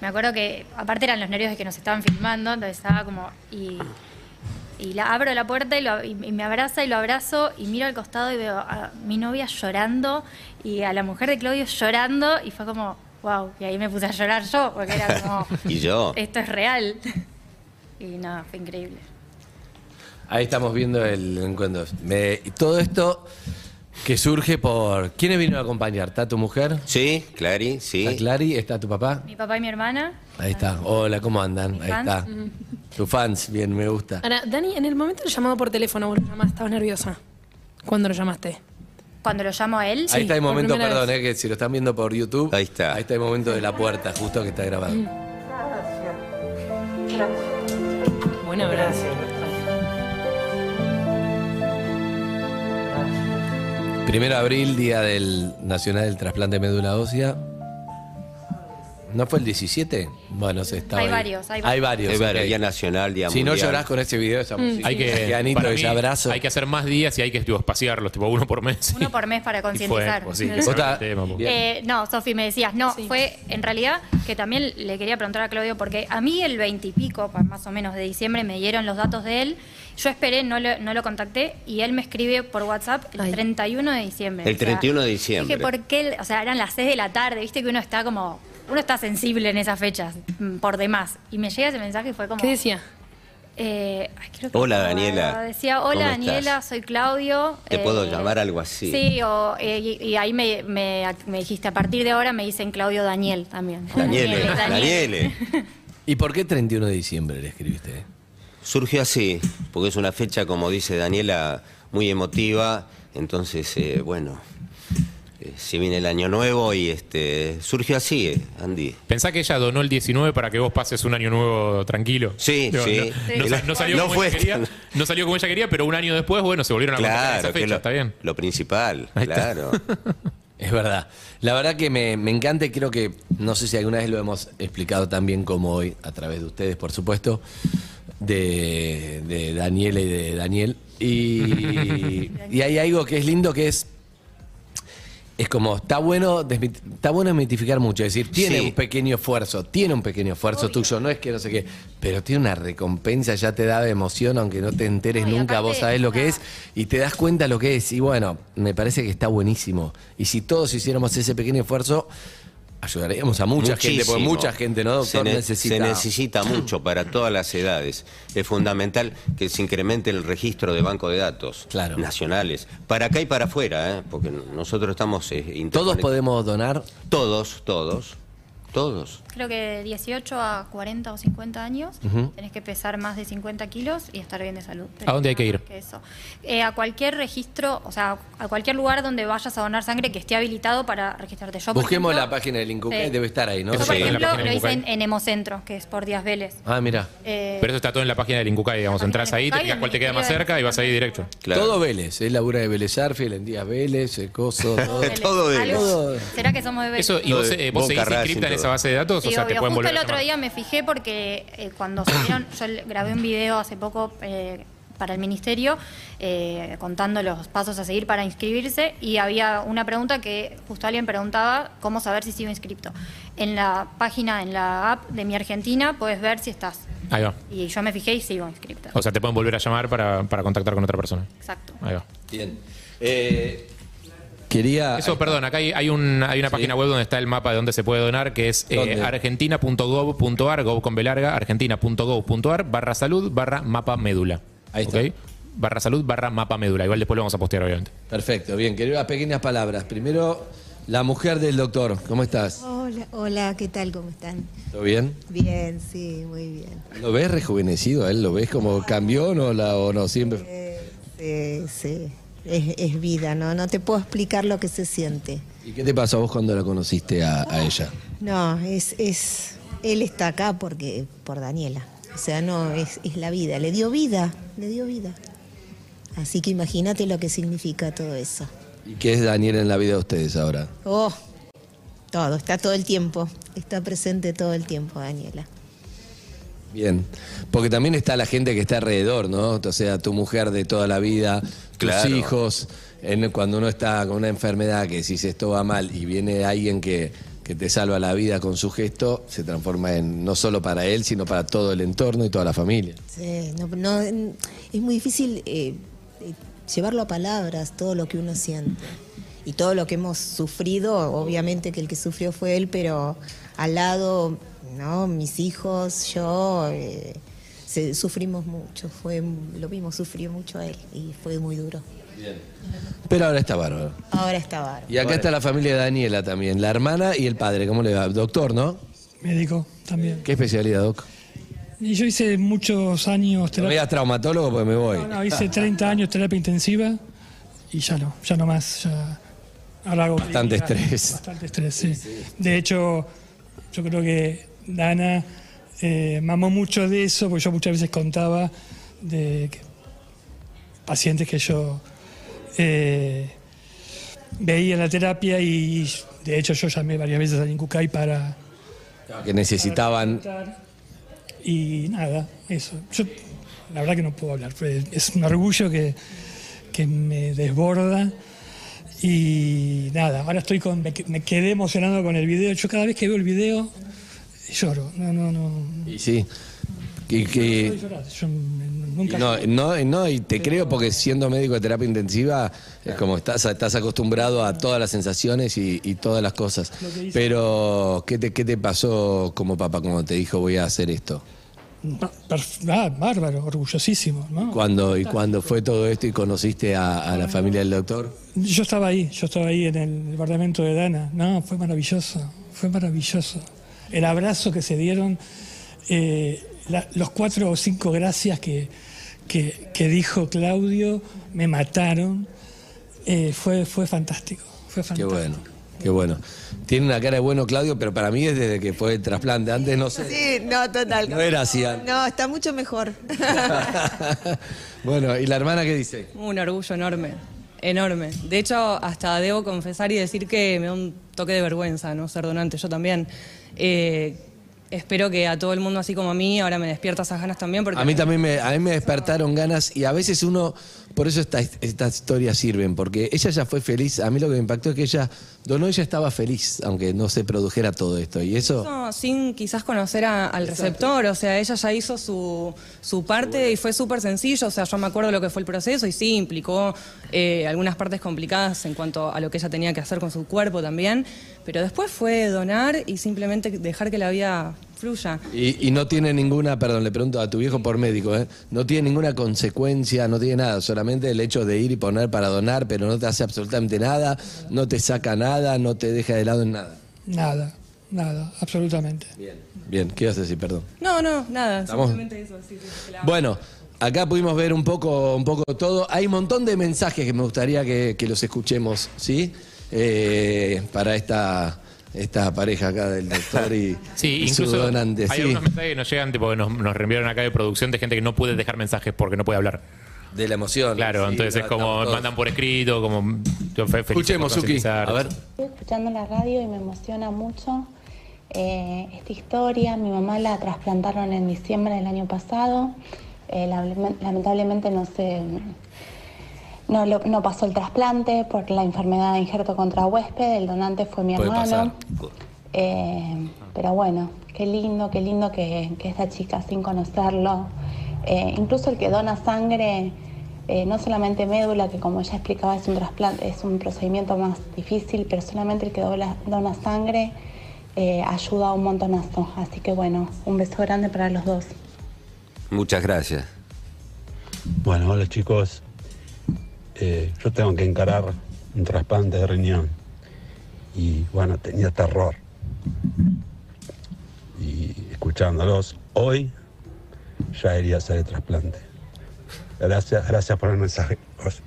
S6: Me acuerdo que, aparte eran los nervios de que nos estaban filmando, entonces estaba como... Y, y la, abro la puerta y, lo- y- y me abraza y lo abrazo y miro al costado y veo a mi novia llorando y a la mujer de Claudio llorando y fue como, wow, y ahí me puse a llorar yo, porque era como,
S5: Y yo.
S6: esto es real. Y no, fue increíble.
S3: Ahí estamos viendo el encuentro. Me- y todo esto que surge por... ¿Quiénes vinieron a acompañar? ¿Está tu mujer?
S5: Sí, Clary, sí.
S3: ¿Está Clary? ¿Está tu papá?
S6: Mi papá y mi hermana,
S3: Ahí está. Hola, ¿cómo andan?
S6: Mis
S3: Ahí
S6: fans.
S3: está. Tus fans, bien, me gusta.
S7: Ahora, Dani, en el momento del llamado por teléfono, vos lo llamaste, estabas nerviosa. ¿Cuándo lo llamaste?
S6: cuando lo llamo a él,
S3: Ahí está el
S7: por
S3: momento,
S7: primera
S3: perdón, eh, que si lo están viendo por YouTube.
S5: Ahí está.
S3: Ahí está el momento de la puerta, justo que está grabado.
S7: Bueno, gracias.
S3: Primero de abril, día del Nacional del Trasplante de Médula Ósea. ¿No fue el 17? Bueno, se está.
S6: Hay
S3: ahí.
S6: varios, hay
S3: Hay varios.
S5: Es verdad,
S3: ok.
S5: Día Nacional, Día
S3: Si no
S5: Mundial.
S3: llorás con ese video, esa música.
S4: Hay que,
S3: Pianito,
S4: para
S3: ese
S4: mí,
S3: abrazo.
S4: hay que hacer más días y hay que tipo, espaciarlos, tipo uno por mes.
S6: uno por mes para
S4: Y fue,
S6: concientizar.
S4: pues sí, que
S7: Vos
S4: se
S3: ta-
S4: el tema, po.
S3: Bien.
S6: Eh, no, Sofi, me decías, no,
S7: Sí.
S6: fue en realidad que también le quería preguntar a Claudio, porque a mí el 20 y pico, pa- más o menos de diciembre, me dieron los datos de él, yo esperé, no lo, no lo contacté, y él me escribe por WhatsApp el
S7: Ay.
S6: 31 de diciembre.
S5: El 31 de diciembre.
S6: Dije, ¿por qué? el- O sea, eran las 6 de la tarde, viste que uno está como, uno está sensible en esas fechas, mm, por demás. Y me llega ese mensaje y fue como...
S7: ¿Qué decía?
S6: Eh, ay, creo que
S5: Hola,
S6: estaba-
S5: Daniela.
S6: Decía,
S5: ¿Cómo
S6: hola
S5: estás?
S6: Daniela, soy Claudio. eh,
S5: Te puedo llamar, algo así.
S6: Sí, o, eh, y, y ahí me, me- me dijiste, a partir de ahora me dicen Claudio Daniel también.
S5: Daniele,
S6: Daniele,
S5: Daniele.
S3: ¿Y por qué 31 de diciembre le escribiste? eh?
S5: Surgió así, porque es una fecha, como dice Daniela, muy emotiva. Entonces, eh, bueno, eh, si viene el año nuevo y este surgió así, eh, Andy.
S4: Pensá que ella donó el 19 para que vos pases un año nuevo tranquilo.
S5: Sí,
S4: No,
S5: sí.
S4: No, no sa- no salió
S5: No
S4: como
S5: fue
S4: ella quería,
S5: tan-
S4: no salió como ella quería, pero un año después, bueno, se volvieron a contar
S5: Claro,
S4: esa
S5: que
S4: fecha,
S5: lo,
S4: está bien.
S5: lo principal,
S4: Ahí está.
S5: claro.
S3: Es verdad. La verdad que me, me encanta y creo que, no sé si alguna vez lo hemos explicado tan bien como hoy, a través de ustedes, por supuesto, de, de Daniela y de Daniel. Y, y hay algo que es lindo que es. Es como, está bueno, desmit- está bueno desmitificar mucho, es decir, tiene
S5: Sí.
S3: un pequeño esfuerzo, tiene un pequeño esfuerzo tuyo, no es que no sé qué, pero tiene una recompensa, ya te da de emoción, aunque no te enteres
S6: No, y
S3: nunca, vos
S6: aparte,
S3: sabés lo que
S6: nada.
S3: es, y te das cuenta lo que es. Y bueno, me parece que está buenísimo. Y si todos hiciéramos ese pequeño esfuerzo, ayudaríamos a mucha gente, porque
S5: Muchísimo.
S3: mucha gente, ¿no,
S5: se
S3: doctor?
S5: ne-
S3: necesita.
S5: Se necesita mucho para todas las edades. Es fundamental que se incremente el registro de banco de datos
S3: Claro.
S5: nacionales. Para acá y para afuera, ¿eh? porque nosotros estamos... eh,
S3: Todos
S5: interconect-
S3: podemos donar.
S5: Todos, todos, todos.
S6: Creo que de 18 a 40 o 50 años tenés que pesar más de 50 kilos y estar bien de salud.
S4: ¿A dónde hay que
S6: Nada
S4: ir?
S6: más eso. Eh, a cualquier registro, o sea, a cualquier lugar donde vayas a donar sangre que esté habilitado para registrarte. Yo, por
S3: Busquemos
S6: ejemplo,
S3: la página del INCUC,
S6: sí.
S3: debe estar ahí, ¿no?
S6: Yo,
S4: Eso
S6: por
S4: sí, en la
S6: ejemplo,
S4: página del
S6: lo hice en,
S4: Incucay.
S6: en Hemocentro, que es por Díaz Vélez.
S3: Ah, mira.
S6: Eh,
S4: Pero eso está todo en la página del Incucay, digamos.
S6: La página
S4: Entrás
S6: del
S4: ahí, te
S6: Incucay,
S4: fijas cuál te
S6: el
S4: queda más
S6: Ministerio de
S4: cerca y vas ahí directo.
S5: Claro.
S3: Todo Vélez, es labura de Vélez Arfiel, en Díaz Vélez, el coso, todo.
S5: Todo de
S6: Algo-
S3: Todo.
S6: ¿Será que somos de Vélez?
S4: Eso, ¿Y
S5: Lo
S4: vos,
S5: de
S4: eh, vos
S5: Boca
S4: seguís
S5: Racing,
S4: inscripta en
S5: todo.
S4: esa base de datos?
S6: Sí,
S4: o sea,
S6: obvio.
S4: te pueden
S6: Justo
S4: volver
S6: el
S4: a
S6: otro
S4: llamar.
S6: día me fijé porque eh, cuando salieron, yo le- grabé un video hace poco eh, para el ministerio eh, contando los pasos a seguir para inscribirse y había una pregunta que justo alguien preguntaba cómo saber si sigo inscripto. En la página, en la app de Mi Argentina, puedes ver si estás.
S4: Ahí va.
S6: Y yo me fijé y sigo inscripta.
S4: O sea, te pueden volver a llamar para, para contactar con otra persona.
S6: Exacto.
S4: Ahí va.
S3: Bien. Eh, quería.
S4: Eso, perdón, acá hay, hay un- hay una página web donde está el mapa de dónde se puede donar, que es eh,
S3: ¿Dónde?
S4: argentina.gov.ar, gov con B larga, argentina.gov.ar, barra salud, barra mapa médula.
S3: Ahí está.
S4: ¿Ok? Barra salud, barra mapa médula. Igual después lo vamos a postear, obviamente.
S3: Perfecto, bien, quería unas pequeñas palabras. Primero, la mujer del doctor, ¿cómo estás?
S8: Hola, hola, ¿qué tal? ¿Cómo están?
S3: ¿Todo bien?
S8: Bien, sí, muy bien.
S3: ¿Lo ves rejuvenecido a él? ¿Lo ves como cambió o no, la, o no? Siempre.
S8: Sí, sí, es, es vida, ¿no? No te puedo explicar lo que se siente.
S3: ¿Y qué te pasó a vos cuando la conociste a, a ella?
S8: No, es, es, él está acá porque, por Daniela. O sea, no, es, es la vida, le dio vida, le dio vida. Así que imagínate lo que significa todo eso.
S3: ¿Y qué es Daniel en la vida de ustedes ahora?
S8: Oh, todo, está todo el tiempo, está presente todo el tiempo, Daniela.
S3: Bien, porque también está la gente que está alrededor, ¿no? O sea, tu mujer de toda la vida,
S5: Claro.
S3: tus hijos, en- cuando uno está con una enfermedad que si esto va mal y viene alguien que, que te salva la vida con su gesto, se transforma en no solo para él, sino para todo el entorno y toda la familia.
S8: Sí, no, no, es muy difícil eh, eh, llevarlo a palabras, todo lo que uno siente. Y todo lo que hemos sufrido, obviamente que el que sufrió fue él, pero al lado, ¿no? mis hijos, yo, eh, se- sufrimos mucho. Fue, lo mismo, sufrió mucho a él y fue muy duro.
S3: Pero ahora está bárbaro.
S8: Ahora está bárbaro.
S3: Y acá está la familia de Daniela también, la hermana y el padre, ¿cómo le va? Doctor, ¿no?
S9: Médico también.
S3: ¿Qué especialidad, Doc?
S9: Y yo hice muchos años
S3: No me
S9: terapia.
S3: digas traumatólogo porque me voy.
S9: No, no, hice 30 años terapia intensiva y ya no, ya no más. ya- ahora hago
S3: Bastante
S9: clínica,
S3: estrés.
S9: Bastante estrés, sí. De hecho, yo creo que Dana eh, mamó mucho de eso, porque yo muchas veces contaba de que- pacientes que yo eh, veía en la terapia y de hecho yo llamé varias veces al Incucay para
S3: Que necesitaban
S9: Y nada, eso. Yo la verdad que no puedo hablar. fue- Es un orgullo que, que me desborda. Y nada, ahora estoy con. Me, que- me quedé emocionado con el video. Yo cada vez que veo el video lloro. No, no, no.
S3: Y sí. Y que.
S9: Estoy llorando. Yo
S3: y
S9: nunca.
S3: No, y no, y no, y te creo porque siendo médico de terapia intensiva es como estás, estás acostumbrado a todas las sensaciones y, y todas las cosas. Pero, ¿qué te, ¿qué te pasó como papá cuando te dijo voy a hacer esto?
S9: perf- ah, bárbaro, orgullosísimo. ¿no?
S3: ¿Cuándo, ¿Y cuándo fue todo esto y conociste a, a la familia del doctor?
S9: Yo estaba ahí, yo estaba ahí en el departamento de Dana. No, fue maravilloso, fue maravilloso. El abrazo que se dieron, eh, la- los cuatro o cinco gracias que, que, que dijo Claudio, me mataron. Eh, fue, fue fantástico, fue
S3: Qué
S9: fantástico.
S3: bueno, qué bueno. Tiene una cara de bueno Claudio, pero para mí es desde que fue el trasplante. Antes no sé.
S8: Sí, no, total.
S3: No era así antes.
S8: No, está mucho mejor.
S3: bueno, ¿y la hermana qué dice?
S10: Un orgullo enorme, enorme. De hecho, hasta debo confesar y decir que me da un toque de vergüenza no ser donante, yo también. Eh, espero que a todo el mundo, así como a mí, ahora me despierta esas ganas también. Porque
S3: A mí también me, a mí me despertaron ganas y a veces uno, por eso esta- estas historias sirven, porque ella ya fue feliz. A mí lo que me impactó es que ella donó, ella estaba feliz, aunque no se produjera todo esto. Y eso,
S10: Eso sin quizás conocer a- al receptor, o sea, ella ya hizo su, su parte y fue súper sencillo, o sea, yo me acuerdo lo que fue el proceso y sí, implicó eh, algunas partes complicadas en cuanto a lo que ella tenía que hacer con su cuerpo también, pero después fue donar y simplemente dejar que la vida fluya.
S3: y, y no tiene ninguna, perdón, le pregunto a tu viejo por médico, ¿eh? no tiene ninguna consecuencia, no tiene nada, solamente el hecho de ir y poner para donar, pero no te hace absolutamente nada, no te saca nada, no te deja de lado en nada.
S9: Nada, nada, absolutamente.
S3: Bien, ¿qué ibas a decir, perdón?
S10: No, no, nada,
S3: ¿Estamos?
S10: simplemente eso, sí, sí, que la-
S3: Bueno, acá pudimos ver un poco, un poco todo. Hay un montón de mensajes que me gustaría que, que los escuchemos, ¿sí? Eh, para esta, esta pareja acá del doctor y,
S4: Sí,
S3: y su
S4: incluso
S3: donante.
S4: hay
S3: sí.
S4: algunos mensajes que nos llegan, tipo que nos, nos reenviaron acá de producción de gente que no puede dejar mensajes porque no puede hablar.
S3: De la emoción.
S4: Claro,
S3: sí,
S4: entonces es
S3: no,
S4: como
S3: estamos todos.
S4: mandan por escrito, como yo fe- feliz
S3: Escuchemos,
S4: por
S3: Suki.
S4: concientizar.
S3: A ver.
S11: Estoy escuchando la radio y me emociona mucho eh, esta historia. Mi mamá la trasplantaron en diciembre del año pasado. Eh, lame- lamentablemente no se no, lo- no pasó el trasplante por la enfermedad de injerto contra huésped. El donante fue mi
S3: Puede
S11: hermano.
S3: pasar.
S11: Eh, pero bueno, qué lindo, qué lindo que, que esta chica sin conocerlo, eh, incluso el que dona sangre, eh, no solamente médula, que como ya explicaba es un trasplante, es un procedimiento más difícil, pero solamente el que dobla- dona sangre eh, ayuda un montonazo. Así que bueno, un beso grande para los dos.
S5: Muchas gracias.
S12: Bueno, hola chicos. Eh, yo tengo que encarar un trasplante de riñón. Y bueno, tenía terror. Y escuchándolos hoy, ya iría a hacer el trasplante. Gracias, gracias por el mensaje. chicos.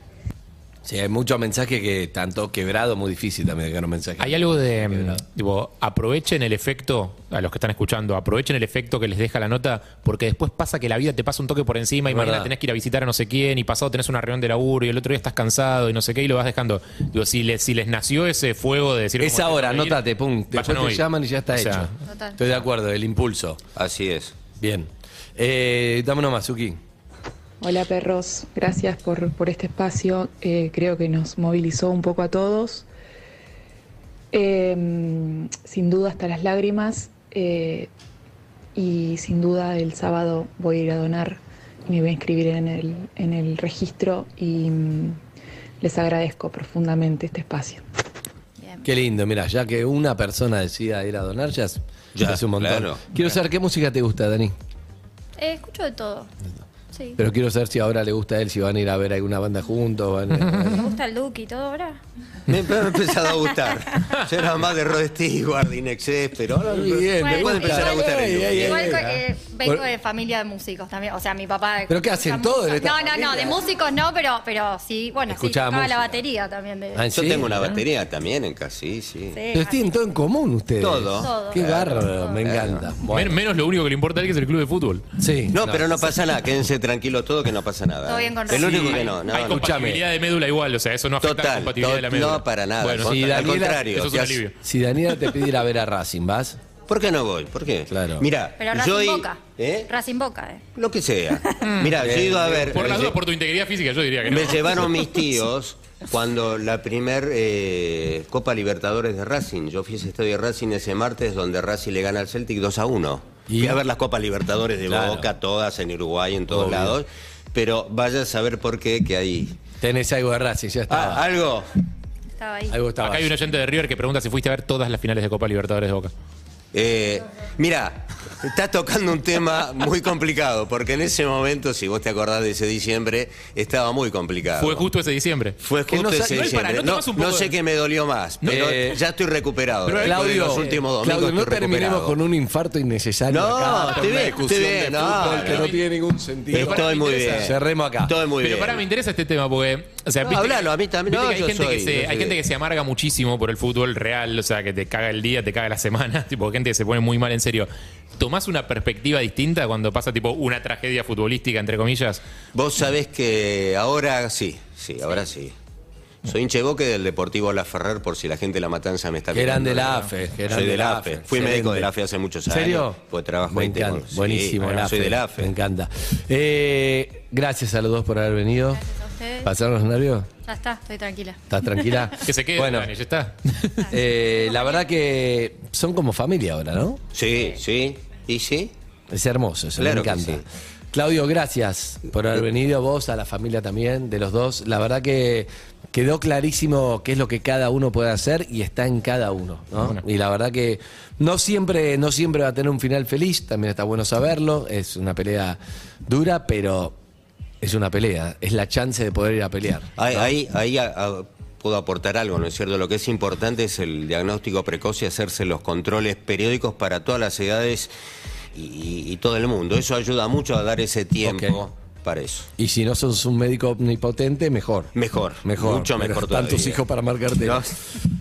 S3: Sí, hay muchos mensajes que tanto quebrado, muy difícil también dejar un mensaje.
S4: Hay algo de, mm, tipo, aprovechen el efecto, a los que están escuchando, aprovechen el efecto que les deja la nota, porque después pasa que la vida te pasa un toque por encima y
S3: Es
S4: mañana
S3: verdad.
S4: tenés que ir a visitar a no sé quién y pasado tenés una reunión de laburo y el otro día estás cansado y no sé qué y lo vas dejando. Digo, si les, si les nació ese fuego de decir...
S3: Es
S4: como,
S3: ahora,
S4: "Tengo que ir",
S3: anótate, pum. Después
S4: vayan
S3: te
S4: hoy.
S3: llaman y ya está
S4: O sea,
S3: hecho.
S6: Total.
S3: Estoy de acuerdo, el impulso.
S5: Así es.
S3: Bien. Eh, dame nomás, Suki.
S13: Hola perros, gracias por, por este espacio. Eh, creo que nos movilizó un poco a todos. Eh, sin duda hasta las lágrimas. eh, y sin duda el sábado voy a ir a donar. Me voy a inscribir en el, en el registro y mm, les agradezco profundamente este espacio.
S3: Qué lindo, mira, ya que una persona decida ir a donar, ya es,
S5: Ya,
S3: ya es un montón.
S5: claro.
S3: Quiero saber qué música te gusta, Dani.
S6: Eh, escucho de todo. Sí.
S3: Pero quiero saber si ahora le gusta a él, si van a ir a ver alguna banda juntos. van a-
S6: Me gusta el look y todo ahora.
S5: Me, me ha empezado a gustar. Yo era más de Rod Stewart, de In Excess, pero ahora me-
S3: Bien,
S5: me
S6: Bueno,
S5: puede empezar a gustar
S3: igual-
S5: el look,
S3: igual-
S6: Igual
S5: ¿eh?
S3: eh,
S6: co-
S3: eh,
S6: eh, vengo
S3: por-
S6: de familia de músicos también. O sea, mi papá.
S3: ¿Pero qué hacen todo en
S6: en
S3: esta
S6: No, no, no, de músicos no, pero, pero sí, bueno, sí,
S3: Escuchaba
S6: tocaba la
S3: música.
S6: batería también. De,
S3: Ah,
S5: Yo
S3: ¿sí?
S5: tengo una batería también en casi, sí.
S6: Sí,
S3: Pero tienen todo en común ustedes.
S5: Todo.
S6: Todo.
S3: Qué
S5: Claro,
S3: bárbaro, me
S5: claro.
S3: encanta.
S4: Men-
S3: Bueno,
S4: menos lo único que le importa a él que es el club de fútbol.
S3: sí.
S5: No, pero no pasa nada, quédense tranquilos todo que no pasa nada. ¿eh?
S6: Todo bien con
S5: El
S6: Rod.
S5: único
S6: Sí,
S5: que no, no,
S4: Hay
S5: no.
S4: compatibilidad de médula igual, o sea, eso no afecta a la
S5: Total,
S4: compatibilidad de la
S5: to-
S4: médula.
S5: no para nada.
S4: Bueno,
S5: Sí,
S4: al
S5: Daniela-
S4: contrario, eso es un
S5: te hace-
S4: alivio.
S3: Si Daniela te pide ir a ver a Racing, ¿vas?
S5: ¿Por qué no voy? ¿Por qué?
S3: Claro.
S5: Mira,
S6: pero
S5: yo
S6: Racing
S5: he-
S6: Boca. Mm.
S5: ¿Eh?
S6: Racing Boca, eh.
S5: Lo que sea. Mira, yo he ido a ver.
S4: Por las
S5: me
S4: dudas,
S5: lle-
S4: por tu integridad física, yo diría que no.
S5: Me llevaron mis tíos cuando la primer eh, Copa Libertadores de Racing. Yo fui a ese estadio de Racing ese martes donde Racing le gana al Celtic 2 a 1.
S3: ¿Y?
S5: Fui a ver las Copas Libertadores de
S3: Claro.
S5: Boca, todas en Uruguay, en todos
S3: Obvio.
S5: lados. Pero vaya a saber por qué que ahí.
S3: Tenés algo de Racing, ya
S5: Ah,
S3: está.
S5: algo.
S6: Estaba ahí.
S3: algo estaba.
S4: Acá hay un oyente de River que pregunta si fuiste a ver todas las finales de Copa Libertadores de Boca.
S5: Eh, mira, estás tocando un tema muy complicado, porque en ese momento, si vos te acordás de ese diciembre, estaba muy complicado.
S4: Fue justo ese diciembre.
S5: Fue
S4: Que
S5: justo
S4: no sa-
S5: ese
S4: igual, pará,
S5: diciembre.
S4: no
S5: No,
S4: tomás un
S5: no
S4: poco
S5: sé
S4: de-
S5: qué me dolió más, pero
S3: Eh,
S5: ya estoy recuperado.
S3: Pero
S5: Después de
S3: Claudio,
S5: los últimos domingos
S3: Claudio, no
S5: estoy
S3: terminemos
S5: recuperado.
S3: con un infarto innecesario.
S5: No,
S3: acá,
S5: estoy
S3: con una
S5: bien,
S3: discusión
S5: estoy bien,
S3: de
S5: no,
S3: fútbol que
S5: pero-
S3: no tiene ningún sentido.
S5: Estoy
S3: Pará, me
S5: muy
S3: interesa.
S5: bien.
S3: Cerremos acá.
S5: Estoy muy
S4: Pero
S5: bien.
S4: para me interesa este tema porque. O sea,
S5: No,
S4: viste que-
S5: hablalo, a mí también.
S4: viste
S5: No,
S4: que hay,
S5: yo
S4: gente que
S5: soy-
S4: se,
S5: yo
S4: hay
S5: soy-
S4: gente que se amarga muchísimo por el fútbol real, o sea, que te caga el día, te caga la semana, tipo gente que se pone muy mal en serio. ¿Tomás una perspectiva distinta cuando pasa tipo una tragedia futbolística, entre comillas?
S5: Vos sabés que ahora sí, sí, ahora sí. Soy hinche boque del Deportivo La Ferrer por si la gente de La Matanza me está
S3: Qué
S5: mirando.
S3: grande la
S5: ¿no?
S3: AFE, qué
S5: Soy
S3: grande
S5: del
S3: la
S5: AFE.
S3: AFE,
S5: Fui médico
S3: excelente.
S5: del AFE hace muchos años.
S3: ¿Serio?
S5: Pues trabajo
S3: Me
S5: 20
S3: encanta.
S5: años. Sí,
S3: Buenísimo,
S5: ahora
S3: la
S5: Soy
S3: AFE.
S5: del AFE.
S3: Me encanta. Eh, gracias a los dos por haber venido.
S6: ustedes.
S3: ¿Pasaron los nervios?
S6: Ya está, estoy tranquila.
S3: ¿Estás tranquila?
S4: Que se quede,
S3: Bueno,
S4: Dani, ya está.
S3: eh, la verdad que son como familia ahora, ¿no?
S5: Sí, sí. ¿Y sí?
S3: Es hermoso eso,
S5: Claro
S3: me
S5: que sí.
S3: encanta.
S5: Eh,
S3: Claudio, gracias por haber venido, a vos, a la familia también, de los dos. La verdad que quedó clarísimo qué es lo que cada uno puede hacer y está en cada uno. ¿no? Y la verdad que no siempre, no siempre va a tener un final feliz, también está bueno saberlo. Es una pelea dura, pero es una pelea, es la chance de poder ir a pelear. Ah,
S5: Ahí, ahí- ahí a- a- puedo aportar algo, ¿no es cierto? Lo que es importante es el diagnóstico precoz y hacerse los controles periódicos para todas las edades y, y- y todo el mundo. Eso ayuda mucho a dar ese tiempo para eso.
S3: Y si no sos un médico omnipotente, mejor.
S5: Mejor,
S3: Mejor.
S5: mucho
S3: Pero
S5: mejor
S3: Están tus
S5: todavía.
S3: hijos para marcarte.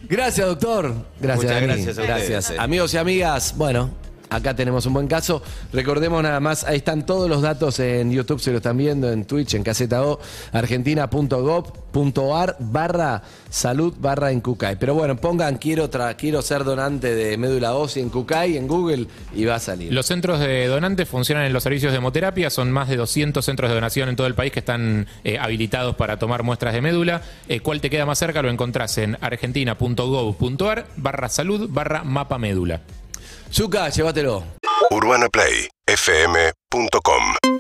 S3: Gracias, doctor. Gracias.
S5: Muchas
S3: Dani.
S5: gracias a ustedes.
S3: Gracias. Amigos y amigas, bueno, acá tenemos un buen caso. Recordemos nada más, ahí están todos los datos en YouTube, se lo están viendo, en Twitch, en Caseta O, argentina.gov.ar barra salud barra en Cucay. Pero bueno, pongan quiero, tra- quiero ser donante de médula ósea en Cucay, en Google, y va a salir.
S4: Los centros de donantes funcionan en los servicios de hemoterapia, son más de 200 centros de donación en todo el país que están eh, habilitados para tomar muestras de médula. Eh, ¿Cuál te queda más cerca? Lo encontrás en argentina.gov.ar barra salud barra mapa médula.
S3: Zuka, llévatelo.
S14: UrbanaPlayFM.com